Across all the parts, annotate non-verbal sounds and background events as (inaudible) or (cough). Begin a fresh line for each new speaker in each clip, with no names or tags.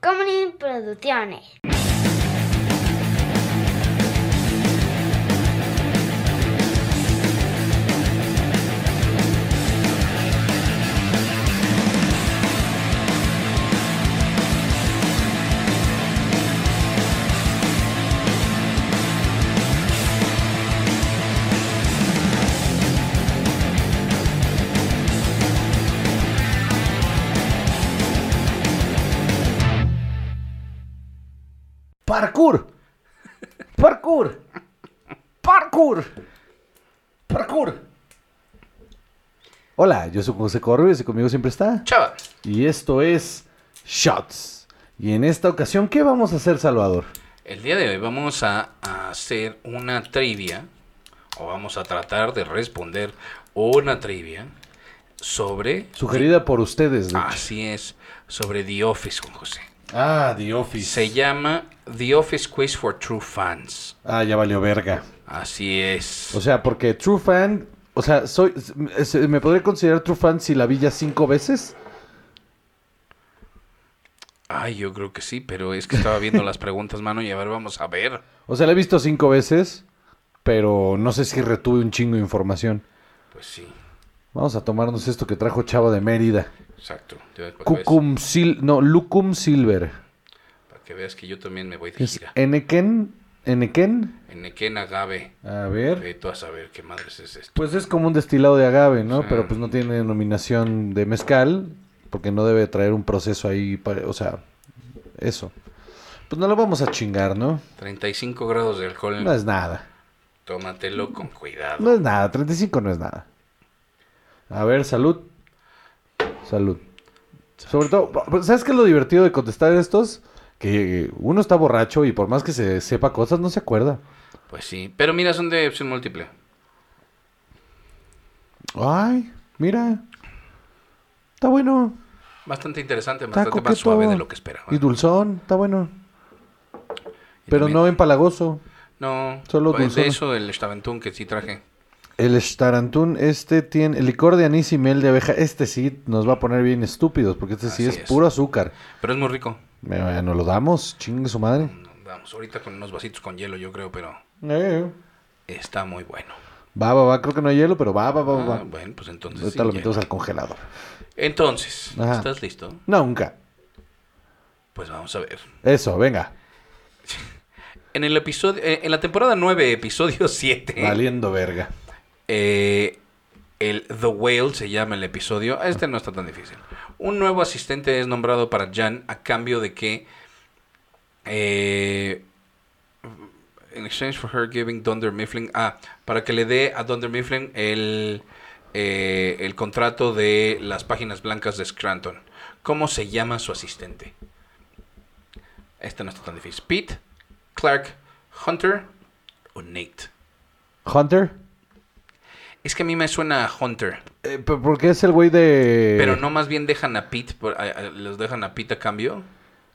Comedy Producciones.
Parkour. Parkour. Parkour. Parkour. Hola, yo soy José Corbes y conmigo siempre está.
Chava.
Y esto es Shots. Y en esta ocasión, ¿qué vamos a hacer, Salvador?
El día de hoy vamos a, a hacer una trivia, o vamos a tratar de responder una trivia sobre...
Sugerida por ustedes. de hecho.
Así es, sobre The Office con José.
Ah, The Office.
Se llama The Office Quiz for True Fans.
Ah, ya valió verga.
Así es.
O sea, porque True Fan. O sea, soy, se- me podría considerar True Fan si la vi ya cinco veces.
Ay, yo creo que sí, pero es que estaba viendo las preguntas, mano, y a ver, vamos a ver.
O sea, la he visto cinco veces, pero no sé si retuve un chingo de información.
Pues sí,
Vamos a tomarnos esto que trajo Chava de Mérida.
exacto. Ya, Para que, veas,
Cucum sil, no, Lucum Silver.
para que veas que yo también me voy de
Es
gira.
Eneken. Eneken.
En Eken Agave.
A ver.
Ve tú a saber qué madres es esto.
Pues es como un destilado de agave, ¿no?
Sí.
Pero pues no tiene denominación de mezcal, porque no debe traer un proceso ahí, para- o sea, eso. Pues no lo vamos a chingar, ¿no?
35 grados de alcohol.
No es nada.
Tómatelo con cuidado.
No es nada, 35 no es nada. A ver, salud. Salud. Sobre todo, pero ¿sabes qué es lo divertido de contestar estos? Que uno está borracho y por más que se sepa cosas, no se acuerda.
Pues sí. Pero mira, son de opción múltiple.
Ay, mira. Está bueno.
Bastante interesante,
Está
bastante más
coqueto.
suave de lo que esperaba.
Y dulzón, está bueno.
Y
Pero
también-
no empalagoso.
No,
solo
pues de
dulzón.
eso el Staventún que sí traje.
El starantún, este tiene. El licor de anís y miel de abeja, este sí nos va a poner bien estúpidos, porque este sí
Así
es,
es.
puro azúcar.
Pero es muy rico.
Eh, Nos lo damos, chingue su madre.
Vamos, ahorita con unos vasitos con hielo, yo creo, pero
Eh.
está muy bueno.
Va, va, va, creo que no hay hielo, pero va, va, va, Oh, va.
Ah, bueno, pues entonces.
Ahorita
sí,
lo
ya.
metemos al congelador.
Entonces,
Ajá.
¿estás listo?
Nunca.
Pues vamos a ver.
Eso, venga.
En el episodio, eh, en la temporada 9, episodio 7,
Valiendo verga.
eh, el The Whale se llama el episodio. Ah, Este no está tan difícil. Un nuevo asistente es nombrado para Jan a cambio de que. eh, in exchange for her giving Dunder Mifflin. Ah, para que le dé a Dunder Mifflin el, eh, el contrato de las páginas blancas de Scranton. ¿Cómo se llama su asistente? Este no está tan difícil. Pete, Clark, Hunter o Nate.
Hunter.
Es que a mí me suena a Hunter,
Eh, pe- porque es el güey de.
pero no más bien dejan a Pete, por- a- a- los dejan a Pete a cambio.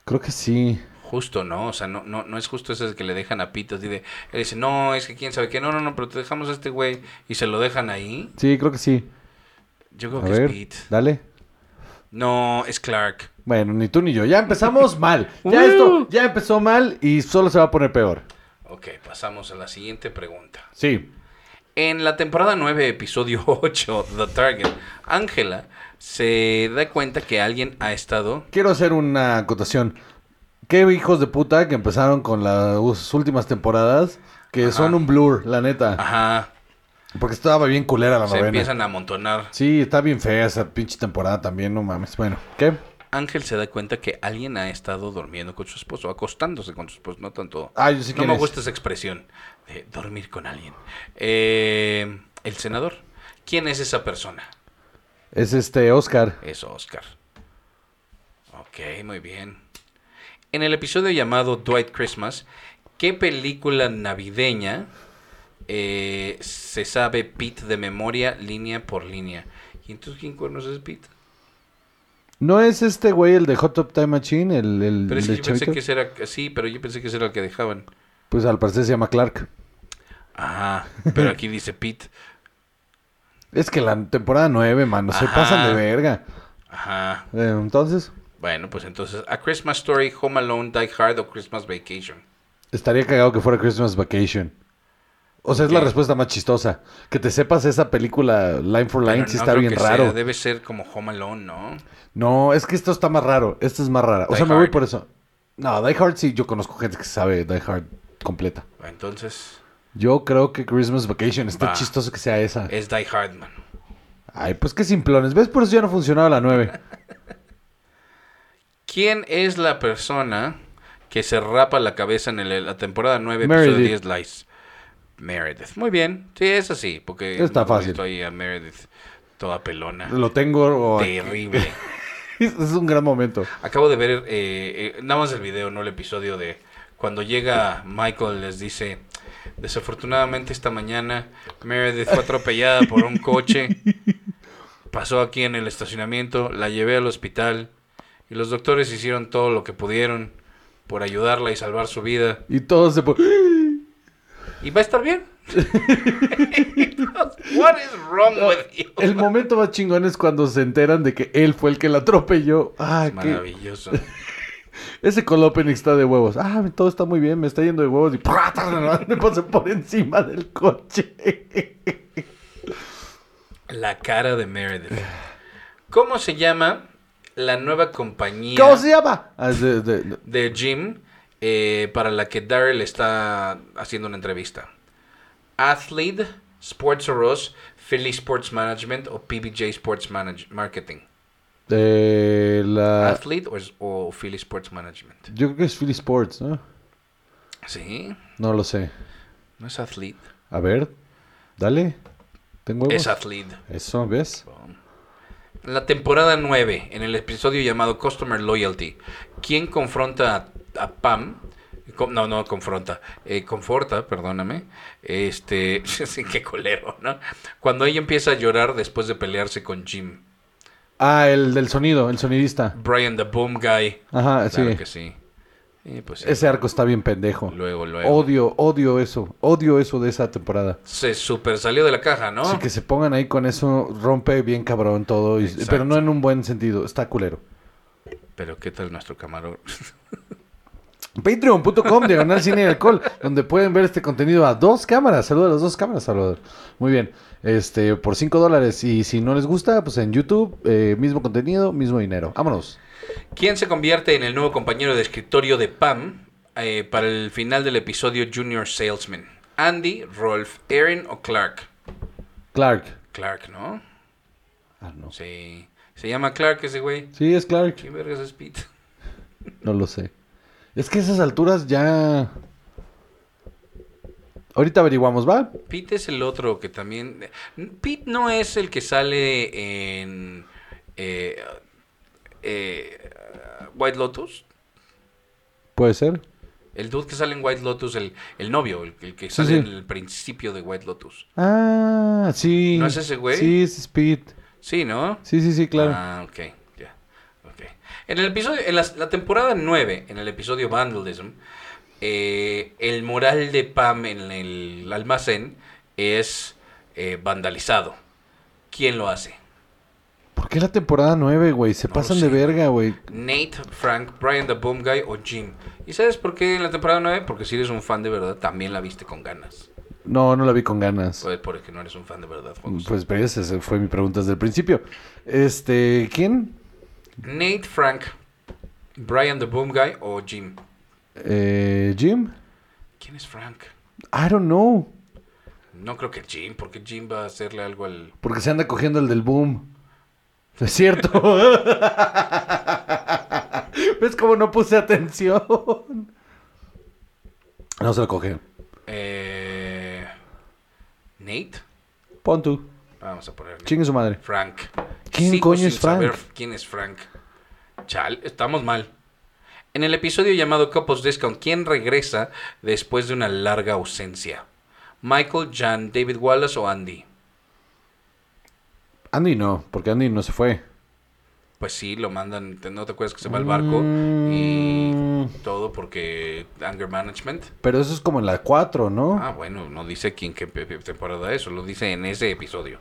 Creo que sí.
Justo, ¿no? O sea, no, no, no es justo ese que le dejan a Pete. Así de, él dice, no, es que quién sabe qué, no, no, no, pero te dejamos a este güey y se lo dejan ahí.
Sí, creo que sí.
Yo
A
creo que
ver,
es Pete.
dale.
No, es Clark.
Bueno, ni tú ni yo. Ya
(laughs)
empezamos mal.
Uh.
Ya esto, ya empezó mal y solo se va a poner peor.
Ok, pasamos a la siguiente pregunta.
Sí.
En la temporada 9, episodio (laughs) 8, The Target, Ángela se da cuenta que alguien ha estado...
Quiero hacer una acotación. Qué hijos de puta que empezaron con las últimas temporadas que son un blur, la neta.
Ajá,
Porque estaba bien culera la
se
novena.
empiezan a amontonar.
Sí, está bien fea esa pinche temporada también, no mames. Bueno, ¿qué?
Ángel se da cuenta que alguien ha estado durmiendo con su esposo, acostándose con su esposo, no tanto.
Ah, yo sé
no
quién
me
es.
gusta esa expresión de dormir con alguien. Eh, el senador. ¿Quién es esa persona?
Es este Oscar.
Es Oscar. Ok, muy bien. En el episodio llamado Dwight Christmas, ¿qué película navideña eh, se sabe Pete de memoria línea por línea? ¿Y entonces quién cuernos es Pete?
¿No es este güey el de Hot Top Time Machine? El, el,
Pero es que
del
yo pensé
chavito?
que ese era, sí, pero yo pensé que ese era el que dejaban.
Pues al parecer se llama Clark.
Ajá, pero aquí dice Pete.
Es que la temporada 9, mano, se
Ajá.
pasan de verga.
Ajá.
Eh, entonces,
Bueno, pues entonces, A Christmas Story, Home Alone, Die Hard o Christmas Vacation.
Estaría cagado que fuera Christmas Vacation. O sea, es la
Ok.
respuesta más chistosa. Que te sepas esa película line for line
Pero
sí
no
está
creo
bien
que sea,
raro.
Debe ser como Home Alone, ¿no?
No, es que esto está más raro. Esto es más rara. O
Die
sea, me voy
Hard.
por eso. No, Die Hard sí, yo conozco gente que sabe Die Hard completa.
Entonces,
Yo creo que Christmas Vacation está
Va. Eh.
chistoso que sea esa.
es Die Hard, man.
Ay, pues qué simplones. ¿Ves? Por eso ya no funcionaba la
(laughs)
9.
¿Quién es la persona que se rapa la cabeza en el- la temporada 9, episodio
Meredith.
10, Lies? Meredith. Muy bien. Sí, es así. Porque
Está
nunca he
fácil.
visto ahí a Meredith toda pelona.
Lo tengo. o-
Terrible.
(laughs) Es un gran momento.
Acabo de ver eh, eh, nada más el video, no el episodio de cuando llega Michael les dice, desafortunadamente esta mañana Meredith fue atropellada por un coche, pasó aquí en el estacionamiento, la llevé al hospital y los doctores hicieron todo lo que pudieron por ayudarla y salvar su vida
Y todo se po- (gasps)
y va a estar bien. (laughs) What is wrong with you?
El momento más chingón es cuando se enteran de que él fue el que la atropelló. Ah, qué...
Maravilloso.
Ese cold opening está de huevos. Ah, todo está muy bien, me está yendo de huevos. Y (laughs) me pasó por encima del coche.
La cara de Meredith. ¿Cómo se llama la nueva compañía
¿Cómo se llama? Ah, es de- de- de-
de Jim eh, para la que Daryl está haciendo una entrevista? Athlete, Sports R Us, Philly Sports Management o PBJ Sports Manage- Marketing.
de la...
Athlete o, es- o Philly Sports Management.
Yo creo que es Philly Sports, ¿no?
Sí,
No lo sé.
no es Athlete.
A ver, dale. Tengo huevos.
Es Athlete.
Eso, ¿ves?
La temporada 9, en el episodio llamado Customer Loyalty, ¿quién confronta a, a Pam? Co- No, no confronta, eh, conforta, perdóname. Este, (laughs) sí, qué colero, ¿no? Cuando ella empieza a llorar después de pelearse con Jim.
Ah, el del sonido, el sonidista.
Brian the Boom Guy.
Ajá,
Claro
sí.
que sí. Eh, pues sí.
Ese arco está bien pendejo.
Luego, luego.
Odio, odio eso. Odio eso de esa temporada.
Se super salió de la caja, ¿no?
Sí, que se pongan ahí con eso, rompe bien cabrón todo. y-
Exacto.
pero no en un buen sentido, está culero.
Pero ¿qué tal nuestro camarógrafo?
Patreon.com, diagonal cine y alcohol, donde pueden ver este contenido a dos cámaras. Saluda a las dos cámaras, Salvador. Muy bien, este, por 5 dólares. Y si no les gusta, pues en YouTube, eh, mismo contenido, mismo dinero. Vámonos.
¿Quién se convierte en el nuevo compañero de escritorio de Pam eh, para el final del episodio Junior Salesman? ¿Andy, Rolf, Erin o Clark?
Clark.
Clark, ¿no?
Ah, no.
Sí. Se llama Clark ese güey.
Sí, es Clark.
¿Quién vergas es Pete?
No lo sé. Es que a esas alturas ya. Ahorita averiguamos, ¿va?
Pete es el otro que también... Pete no es el que sale en... eh, eh, White Lotus.
Puede ser.
El dude que sale en White Lotus, el, el novio, el, el que
Sí,
sale
sí.
en el principio de White Lotus.
Ah, sí.
¿No es ese güey?
Sí, es Speed.
Sí, ¿no?
Sí, sí, sí, claro.
Ah, ok, ya. ok. En el episodio, en las- la, temporada 9, en el episodio Vandalism, eh, el moral de Pam en el almacén es eh, vandalizado. ¿Quién lo hace?
¿Por qué la temporada 9, güey? Se
No lo
pasan
sé,
de verga, güey.
Nate, Frank, Brian the Boom Guy o Jim. ¿Y sabes por qué en la temporada 9? Porque si eres un fan de verdad, también la viste con ganas.
No, no la vi con ganas.
Pues porque no eres un fan de verdad, Fox.
Pues, pero esa se- fue mi pregunta desde el principio. Este, ¿quién?
Nate, Frank, Brian the Boom Guy o Jim.
Eh, Jim?
¿Quién es Frank?
I don't know.
No creo que Jim, porque Jim va a hacerle algo al...
Porque se anda cogiendo el del boom. Es cierto. (laughs) ¿Ves cómo no puse atención? No se lo coge.
Eh, Nate.
Pon tú.
Vamos a poner Nate.
Chingue su madre.
Frank.
¿Quién
Sigo
coño
sin
es Frank?
saber ¿Quién es Frank? Chal, estamos mal. En el episodio llamado Couples Discount, ¿quién regresa después de una larga ausencia? Michael, Jan, David Wallace o Andy.
Andy no, porque Andy no se fue.
Pues sí, lo mandan, te- ¿no te acuerdas que se va al barco? Y
Mm.
todo porque Anger Management.
Pero eso es como en la 4, ¿no? (sighs)
Ah, bueno, no dice quién qué pe- pe- temporada es, lo dice en ese episodio.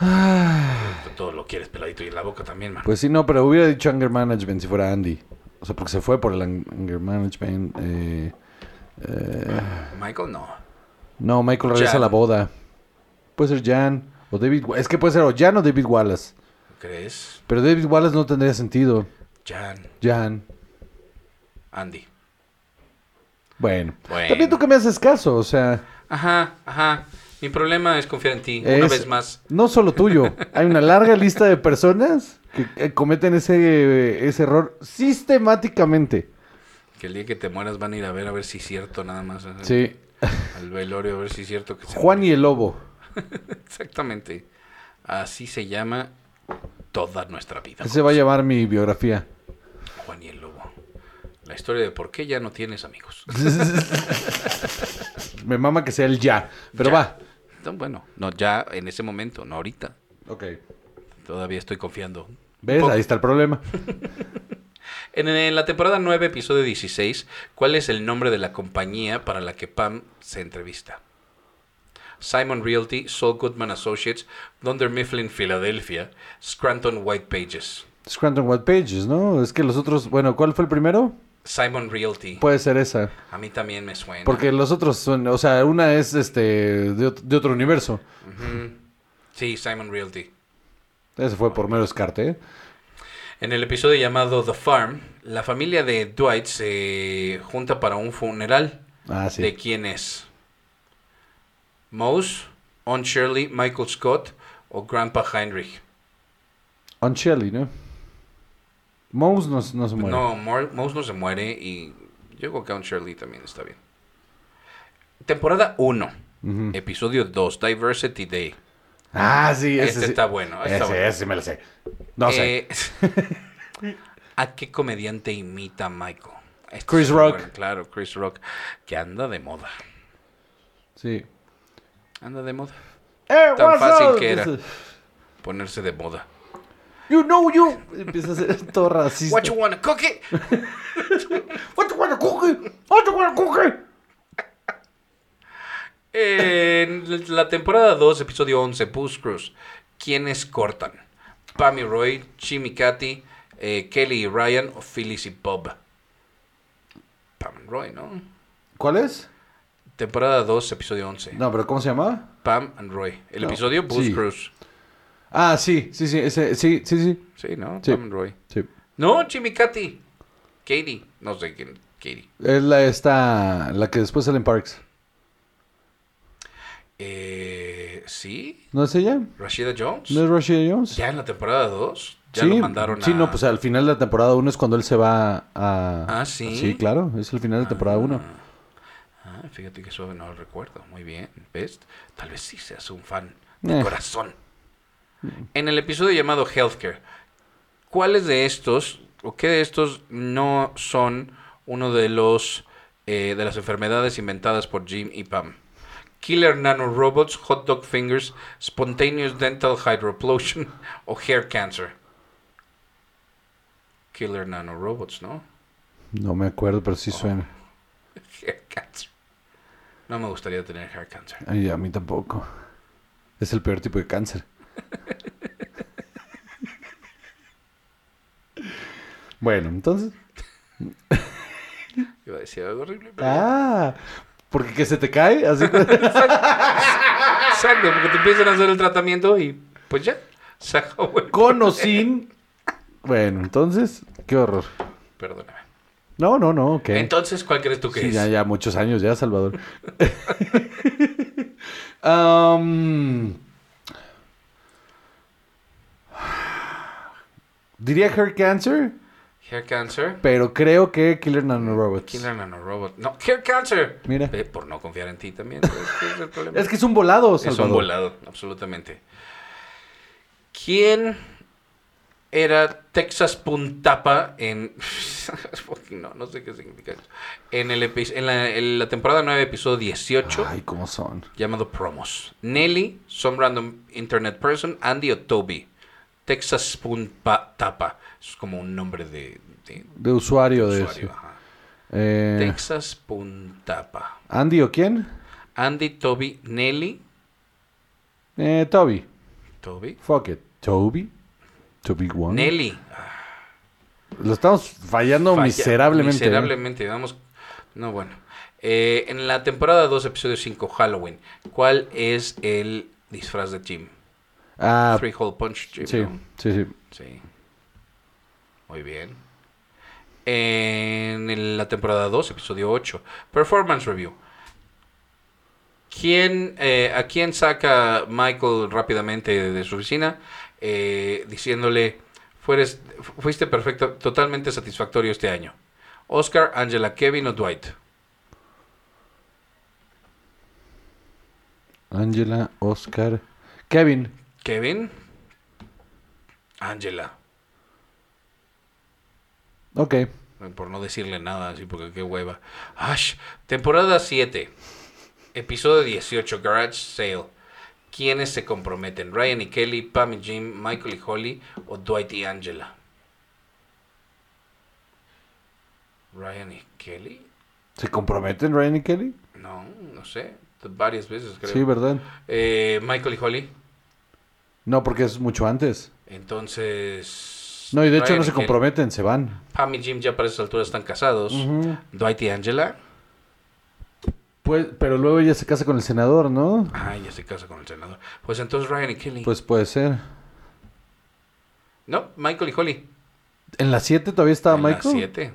Tú Todo lo quieres peladito y en la boca también, man.
Pues sí, no, pero hubiera dicho anger management si fuera Andy. O sea, porque se fue por el ang- anger management. eh, eh,
Michael, no.
no, Michael regresa
Jan.
a la boda. Puede ser Jan o David. Wa- Es que puede ser o Jan o David Wallace.
¿Crees?
Pero David Wallace no tendría sentido.
Jan,
Jan.
Andy.
Bueno.
Bueno.
También tú que me haces caso, o sea.
Ajá, ajá. Mi problema es confiar en ti. Una
es
vez más.
No solo tuyo. Hay una larga lista de personas que eh, cometen ese, ese error sistemáticamente.
Que el día que te mueras van a ir a ver a ver si es cierto nada más. ¿eh?
Sí.
Al velorio a ver si es cierto que se
Juan y el lobo.
Exactamente. Así se llama toda nuestra vida.
Ese va a llevar mi biografía.
Juan y el Lobo. La historia de por qué ya no
(laughs)
tienes amigos.
Me mama que sea el ya. Pero
Ya.
va.
No, bueno, no ya en ese momento, no ahorita.
Ok.
Todavía estoy confiando.
¿Ves?
Poco.
Ahí está el problema.
En, en la temporada 9, episodio 16, ¿cuál es el nombre de la compañía para la que Pam se entrevista? Simon Realty, Saul Goodman Associates, Dunder Mifflin Philadelphia, Scranton White Pages.
Scranton White Pages, ¿no? Es que los otros. Bueno, ¿cuál fue el primero?
Simon Realty.
Puede ser esa.
A mí también me suena.
Porque los otros son. O sea, una es este. De, ot- de otro universo.
Ujú. Sí, Simon Realty.
Ese fue por mero descarte, ¿eh?
En el episodio llamado The Farm, la familia de Dwight se junta para un funeral.
Ah, sí.
¿De quién es? ¿Mose, On Shirley, Michael Scott o Grandpa Heinrich?
On Shelley, ¿no? Mouse no, no se muere.
No, Mor- Mose no se muere y yo creo que On Shirley también está bien. Temporada 1,
Ujú.
episodio 2, Diversity Day.
Ah, sí, ese
Este
sí.
está bueno.
Ese,
está bueno.
ese sí me lo sé. No sé.
Eh,
(laughs)
¿A qué comediante imita Michael? Este
Chris
es muy
Rock.
bueno, claro, Chris Rock, que anda de moda.
Sí.
Anda de moda.
Eh,
tan
what's
fácil
up?
que era.
Dice,
Ponerse de moda.
You know you. Empieza a ser todo racista.
What you wanna cookie?
What you wanna cookie? What you wanna cookie?
En la temporada 2, episodio 11, Booze Cruise. ¿Quiénes cortan? Pammy Roy, Jimmy Cathy, eh, Kelly y Ryan o Phyllis y Bob. Pam and Roy, ¿no?
¿Cuál es?
Temporada 2, episodio 11.
No, pero ¿cómo se llamaba?
Pam and Roy. El
No,
episodio Booze
sí.
Cruise.
Ah, sí, sí, sí, ese, sí, sí, sí.
Sí, ¿no?
Sí.
Pam and Roy.
sí.
No, Jimmy Cathy. Katie. No sé quién. Katie.
Es la esta, la que después sale en Parks.
Eh, ¿Sí?
¿No es ella?
¿Rashida Jones?
¿No es Rashida Jones?
¿Ya en la temporada 2? ¿Ya
sí,
lo mandaron
Sí,
a-
no, pues al final de la temporada 1 es cuando él se va a...
Ah, ¿sí?
Sí, claro, es el final de temporada 1.
Ah, fíjate que eso no lo recuerdo. Muy bien. ¿Ves? Tal vez sí seas un fan
Eh.
de corazón. En el episodio llamado Healthcare, ¿cuáles de estos o qué de estos no son uno de los eh, de las enfermedades inventadas por Jim y Pam? Killer nanorobots, hot dog fingers, spontaneous dental hydroplosion (laughs) o hair cancer. Killer nanorobots, ¿no? (laughs)
No me acuerdo, pero
Oh.
sí suena.
Hair cancer. No me gustaría tener hair cancer.
Ay, a mí tampoco. Es el peor tipo de
(laughs)
cáncer. bueno, entonces...
Iba a decir algo horrible, pero
Ah, porque que (laughs) se te cae, así...
exacto, porque te empiezan a hacer el tratamiento y pues ya, se acabó el-
con o sin... Bueno, entonces, qué horror.
Perdóname.
No, no, no, ok.
Entonces, ¿cuál crees tú que
Sí,
es?
ya, ya, muchos años ya, Salvador. (laughs) Am, diría Hair Cancer,
Hair cancer.
pero creo que Killer Nanorobots.
Killer nanorobot. No, hair cancer.
Mira.
Ve, por no confiar en ti
(laughs)
también. Es que es el problema.
Es que es un volado,
Es un
Salvador.
volado, absolutamente. ¿Quién era Texas Puntapa en... (laughs) Fucking no, no sé qué significa eso. En, el epi- en, la, en la temporada 9, episodio 18.
Ay, cómo son.
llamado Promos. Nelly, Some Random Internet Person, Andy o Toby. Texas Spoon Pa- Tapa. Es como un nombre de, de
De usuario de
usuario.
eso.
ajá.
Eh,
Texas Spoon Tapa.
¿Andy o quién?
Andy, Toby, Nelly,
Eh, Toby.
Toby.
Fuck it. Toby. Toby Wong.
Nelly.
Lo estamos fallando
Falla-
miserablemente. ¿eh?
Miserablemente, vamos. No, bueno. Eh, en la temporada 2, episodio 5, Halloween, ¿cuál es el disfraz de Jim?
Ah,
Three Hole Punch Jim.
sí,
¿no?
sí, sí.
Sí. Muy bien. En el- la temporada 2, episodio 8, Performance Review. ¿Quién, eh, ¿A quién saca Michael rápidamente de, de su oficina eh, diciéndole, "Fueres- fuiste perfecto, totalmente satisfactorio este año? Oscar, Angela, Kevin o Dwight.
Angela, Oscar, Kevin.
Kevin. Angela.
Ok.
Por no decirle nada, así porque qué hueva. Ash, temporada 7, episodio 18, Garage Sale. ¿Quiénes se comprometen? Ryan y Kelly, Pam y Jim, Michael y Holly o Dwight y Angela. Ryan y Kelly?
¿Se comprometen Ryan y Kelly?
No, no sé. Varias veces creo.
Sí, ¿verdad?
Eh, Michael y Holly.
No, porque es mucho antes.
Entonces...
No, y de hecho
Ryan
no se
Kelly.
comprometen, se van.
Pam y Jim ya para esas alturas están casados.
Ujú.
Dwight y Angela.
Pues, pero luego ella se casa con el senador, ¿no?
Ah, ya se casa con el senador. Pues entonces Ryan y Kelly.
Pues puede ser.
no, Michael y Holly.
¿En la 7 todavía estaba
En la
Michael?
siete.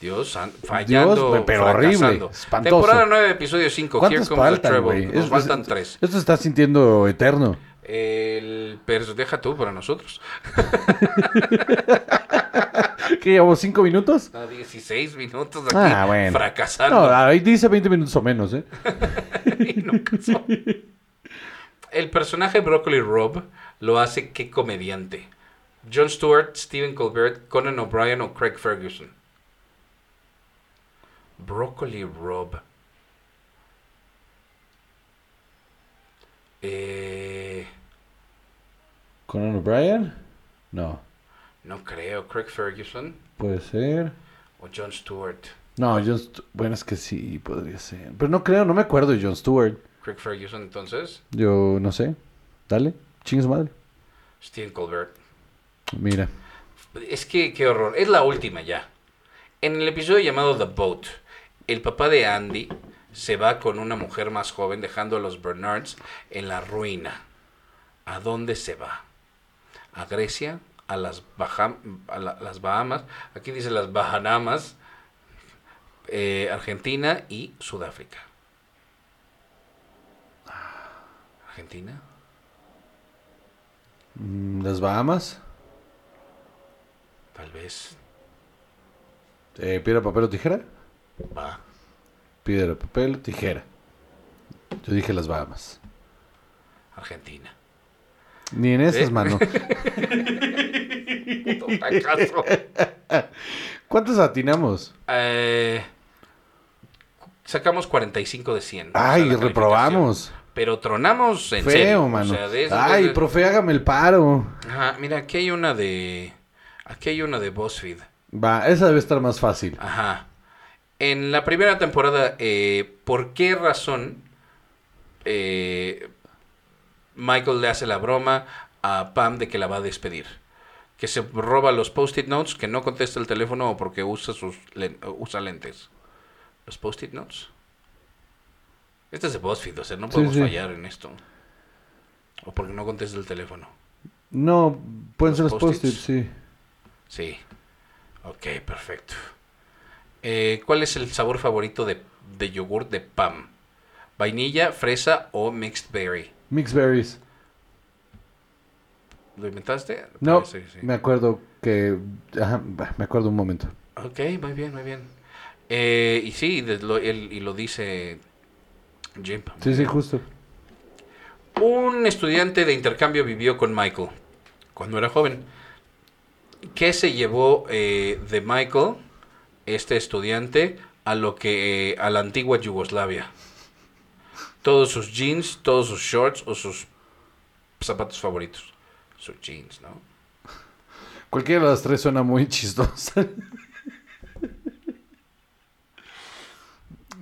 Dios, san- fallando.
Dios, pero horrible,
fracasando.
espantoso.
Temporada 9, episodio 5. Here
¿Cuántos
Comes the
faltan,
Trouble.
güey?
Nos
Esto-
faltan
esto-
tres.
Esto se está sintiendo eterno.
El pero deja tú para nosotros.
¿Qué, llevamos cinco minutos?
A 16 minutos aquí
Ah, bueno. No,
fracasando.
ahí dice 20 minutos o menos, ¿eh?
(laughs) y nunca son. El personaje Broccoli Rob lo hace qué comediante. Jon Stewart, Stephen Colbert, Conan O'Brien o Craig Ferguson. Broccoli Rob. Eh,
¿Conan O'Brien? No.
no creo, Craig Ferguson
Puede ser.
o Jon Stewart.
No, John Stu- Bueno, es que sí, podría ser. Pero no creo, no me acuerdo de John Stewart.
Craig Ferguson entonces,
Yo no sé. Dale, chingue su madre.
Stephen Colbert.
Mira.
Es que qué horror. Es la última ya. En el episodio llamado The Boat, el papá de Andy se va con una mujer más joven dejando a los Bernards en la ruina. ¿A dónde se va? ¿A Grecia? ¿A las, Baham- a la- las Bahamas? Aquí dice las Bahanamas. eh, Argentina y Sudáfrica. Argentina.
Mm, ¿Las Bahamas?
Tal vez
Eh, ¿Piedra, papel o tijera?
va.
Piedra, papel, tijera. Yo dije las Bahamas.
Argentina.
Ni en esas,
¿Eh? (laughs)
mano.
Puto fracaso.
¿Cuántas atinamos?
Eh, sacamos 45 de 100. O
Ay,
sea, la
reprobamos.
calificación. Pero tronamos en
Feo,
serio. o
mano.
sea, de esas
Ay,
veces-
profe, hágame el paro.
Ajá, mira, aquí hay una de... Aquí hay una de BuzzFeed.
Va, esa debe estar más fácil.
Ajá. En la primera temporada, eh, ¿por qué razón eh, Michael le hace la broma a Pam de que la va a despedir? Que se roba los post-it notes, que no contesta el teléfono o porque usa, sus len- usa lentes. ¿Los post-it notes? Este es de BuzzFeed, o sea, no
Sí,
podemos
sí.
fallar en esto. O porque no contesta el teléfono.
No, pueden ser
¿Los
los
post-its?
post-its, sí.
Sí. Ok, perfecto. Eh, ¿Cuál es el sabor favorito de, de yogur de Pam? ¿Vainilla, fresa o mixed berry?
Mixed berries.
¿Lo inventaste?
No,
Parece que sí.
me acuerdo que... Ajá, va, me acuerdo un momento.
Ok, muy bien, muy bien. Eh, y sí, de- lo, el- y lo dice Jim.
Sí, sí, justo.
Un estudiante de intercambio vivió con Michael cuando era joven. ¿Qué se llevó eh, de Michael, este estudiante, a lo que eh, a la antigua Yugoslavia? Todos sus jeans, todos sus shorts o sus zapatos favoritos. Sus jeans, ¿no?
Cualquiera de las tres suena muy (laughs) chistosa.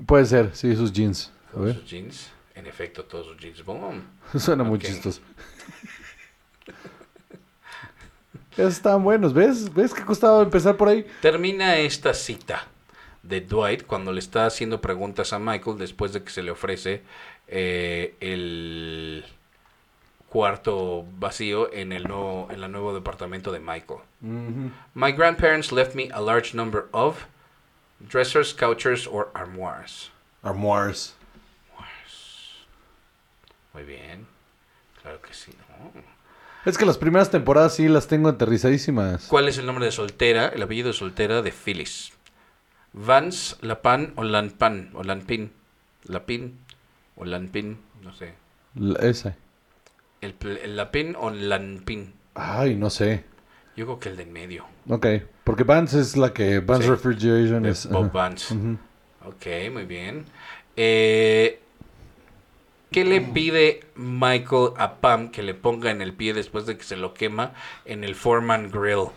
Puede ser, sí, sus jeans. A
Todos
ver.
sus jeans. En efecto, todos los jeans. Boom.
Suena muy
Ok.
chistoso. Esos estaban buenos, ¿ves? ¿Ves que costaba empezar por ahí?
Termina esta cita de Dwight cuando le está haciendo preguntas a Michael después de que se le ofrece eh, el cuarto vacío en el nuevo, en el nuevo departamento de Michael. My grandparents left me a large number of dressers, couchers or armoires.
Armoires.
Muy bien. Claro que sí. ¿no?
Es que las primeras temporadas sí las tengo aterrizadísimas.
¿Cuál es el nombre de soltera, el apellido de soltera de Phyllis? Vance, Lapan o Lanpan o Lanpin. Lapin o Lanpin, no sé.
La- esa.
El, pl- el Lapin o Lanpin.
Ay, no sé.
Yo creo que el de en medio.
Ok. Porque Vance es la que. Vance
Sí.
Refrigeration
de
es.
Bob
ajá.
Vance.
Ujú.
Ok, muy bien. Eh, ¿Qué le pide Michael a Pam que le ponga en el pie después de que se lo quema en el Foreman Grill?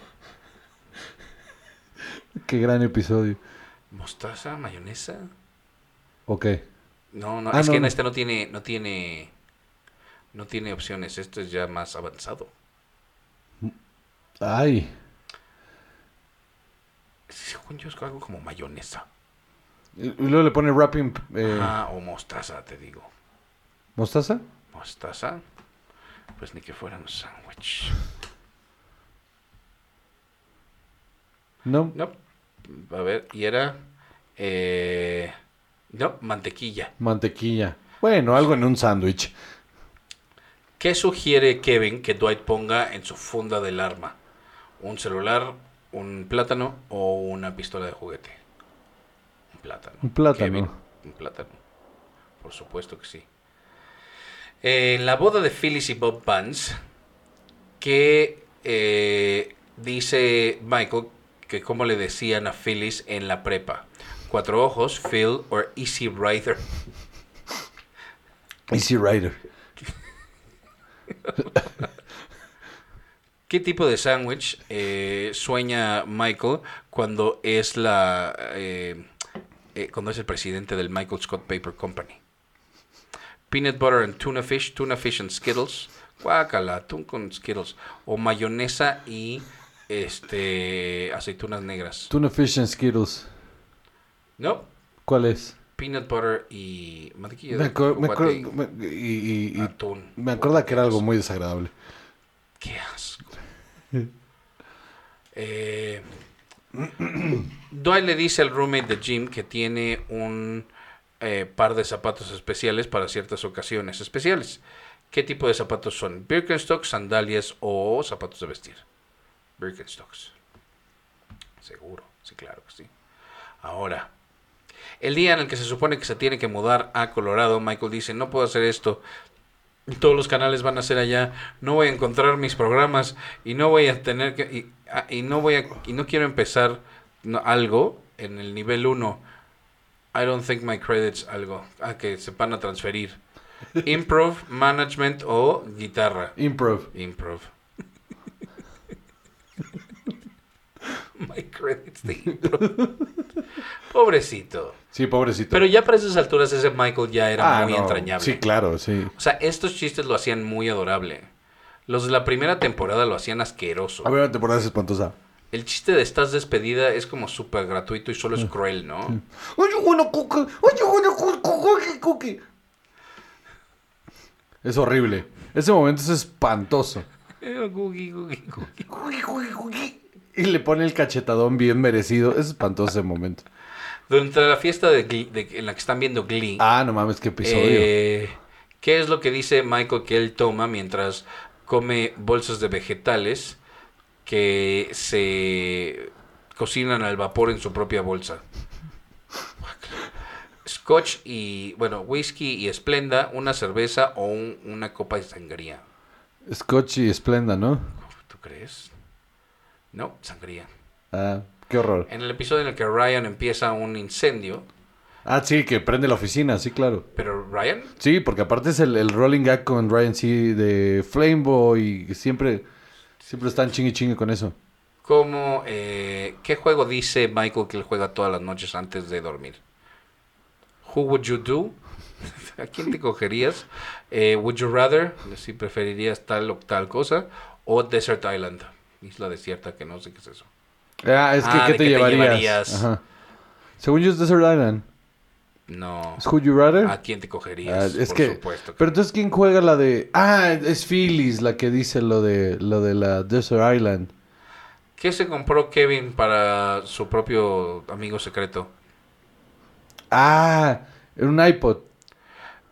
Qué gran episodio.
¿Mostaza? ¿Mayonesa?
Ok.
No, no,
Ah,
es
no,
que en
no.
este no tiene, no tiene, no tiene opciones. Esto es ya más avanzado.
Ay.
Según yo es algo como mayonesa.
Y y luego le pone wrapping. eh,
Ah, o mostaza, te digo.
¿Mostaza?
Mostaza. Pues ni que fuera un sándwich.
No.
No. A ver, y era. eh, no, mantequilla.
Mantequilla. Bueno, algo en un sándwich.
¿Qué sugiere Kevin que Dwight ponga en su funda del arma? ¿Un celular, un plátano o una pistola de juguete? Un plátano.
Un plátano.
un plátano. Por supuesto que sí. En la boda de Phyllis y Bob Vance, que eh, dice Michael que como le decían a Phyllis en la prepa. Cuatro ojos, Phil or Easy Rider.
Easy Rider.
¿Qué tipo de sándwich eh, sueña Michael cuando es la eh, eh, cuando es el presidente del Michael Scott Paper Company? Peanut butter and tuna fish, tuna fish and Skittles, guacala, atún con Skittles, o mayonesa y este aceitunas negras.
Tuna Fish and Skittles.
No,
¿Cuál es?
peanut butter y mantequilla
Me,
de
acuer- me
cacahuate
acuerdo, me- y,
y
y- y-
atún.
me acuerda que era algo muy desagradable.
Qué asco. Eh, (clears throat) Dwight le dice al roommate de Jim que tiene un eh, par de zapatos especiales para ciertas ocasiones especiales. ¿Qué tipo de zapatos son? ¿Birkenstocks, sandalias o zapatos de vestir? Birkenstocks. Seguro, sí, claro que sí. Ahora, el día en el que se supone que se tiene que mudar a Colorado, Michael dice, no puedo hacer esto, todos los canales van a ser allá, no voy a encontrar mis programas y no voy a tener que y, ah, y no voy a y no quiero empezar no- algo en el nivel 1. I don't think my credits algo a que se van a transferir. Improv, management o guitarra.
Improv. (laughs)
Improv. my credits de improv. (laughs) Pobrecito.
Sí, pobrecito.
Pero ya para esas alturas ese Michael ya era
Ah,
muy
no.
entrañable.
Sí, claro, sí.
O sea, estos chistes lo hacían muy adorable. Los de la primera temporada lo hacían asqueroso.
A ver, una temporada es espantosa.
El chiste de estás despedida es como súper gratuito y solo
Mm.
es cruel, (laughs) ¿no?
Oye, bueno, cookie. Oye, bueno, cu- cu- cookie, cookie. Es horrible. Ese momento es espantoso.
Eh, gugi, gugi, gugi.
Cookie, cookie, cookie. Y le pone el cachetadón bien merecido. Es espantoso ese momento.
Durante la fiesta de Glee- de- en la que están viendo Glee,
Ah, no mames, qué episodio.
eh, ¿qué es lo que dice Michael que él toma mientras come bolsas de vegetales que se cocinan al vapor en su propia bolsa? Scotch y, bueno, whisky y esplenda, una cerveza o un- una copa de sangría.
Scotch y Splenda, ¿no?
¿Tú crees? No, sangría.
Ah, qué horror.
En el episodio en el que Ryan empieza un incendio,
Ah, sí, que prende la oficina, sí, claro.
pero Ryan,
Sí, porque aparte es el, el rolling gag con Ryan C. de Flameboy y siempre, siempre están chingue chingue con eso.
¿cómo, eh, ¿qué juego dice Michael que él juega todas las noches antes de dormir? Who would you do? (laughs) ¿A quién te cogerías? Eh, would you rather, si preferirías tal o tal cosa, o Desert Island, isla desierta, que no sé qué es eso.
Ah, es que
Ah,
¿qué
¿de
te
qué te
llevarías?
llevarías?
Ajá. Según yo es Desert Island.
No.
¿Es Who You Rather?
¿A quién te cogerías?
Ah, es
Por
que,
supuesto. que-
pero entonces quién juega la de, ah, es Phyllis la que dice lo de, lo de la Desert Island.
¿Qué se compró Kevin para su propio amigo secreto?
Ah, un iPod.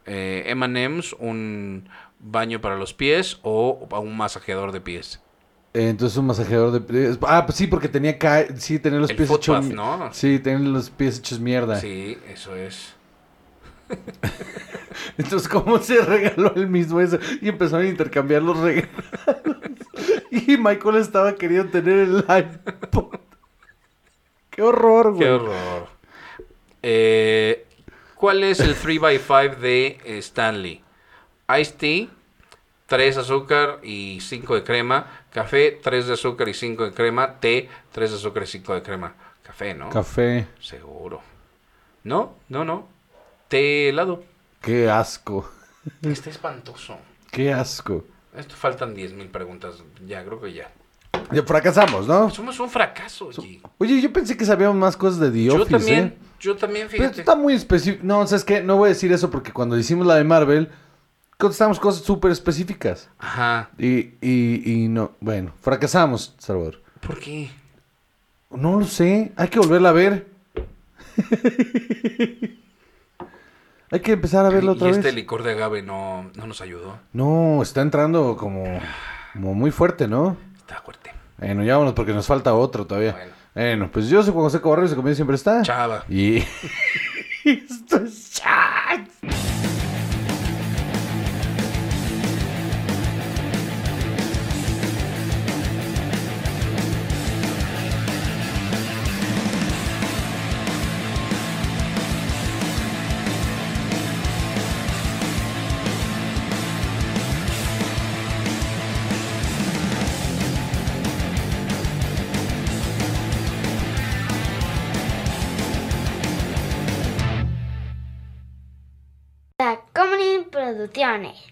Eh, M&M's, un baño para los pies o a un masajeador de pies.
Eh, Entonces un masajeador de, eh, ah, pues sí, porque tenía ca- sí tenía los
El
pies hechos,
footpath,
mi-
¿no?
sí tenía los pies hechos mierda.
Sí, eso es.
Entonces cómo se regaló el mismo eso y empezaron a intercambiar los regalos. y Michael estaba queriendo tener el iPod. Qué horror, güey.
Qué horror. Eh, ¿Cuál es el 3x5 de eh, Stanley? Ice tea, 3 de azúcar y 5 de crema. Café, 3 de azúcar y 5 de crema. Té, 3 de azúcar y 5 de crema. Café, ¿no?
Café.
Seguro. No, no, no. Té helado.
Qué asco.
Está espantoso.
Qué asco.
Esto faltan 10.000 preguntas. Ya, creo que ya.
Ya fracasamos, ¿no?
Somos un fracaso, G.
Oye, yo pensé que sabíamos más cosas de The
Yo
Office,
también,
¿eh?
yo también,
Pero
fíjate.
esto está muy específico. No, ¿sabes qué? No voy a decir eso porque cuando hicimos la de Marvel, contestamos cosas súper específicas.
Ajá.
Y, y, y no. Bueno, fracasamos, Salvador.
¿Por qué?
No lo sé. Hay que volverla a
(laughs)
ver. Hay que empezar a verla
Y
otra vez.
este licor de agave no, no nos ayudó.
No, está entrando como, como muy fuerte, ¿no?
Está fuerte.
Bueno, ya vámonos porque nos falta otro todavía. Bueno,
Bueno.
pues yo soy Juan José Cobarro y se comienza siempre está.
Chava.
Y (laughs) esto es chat.
Tacomunin Producciones.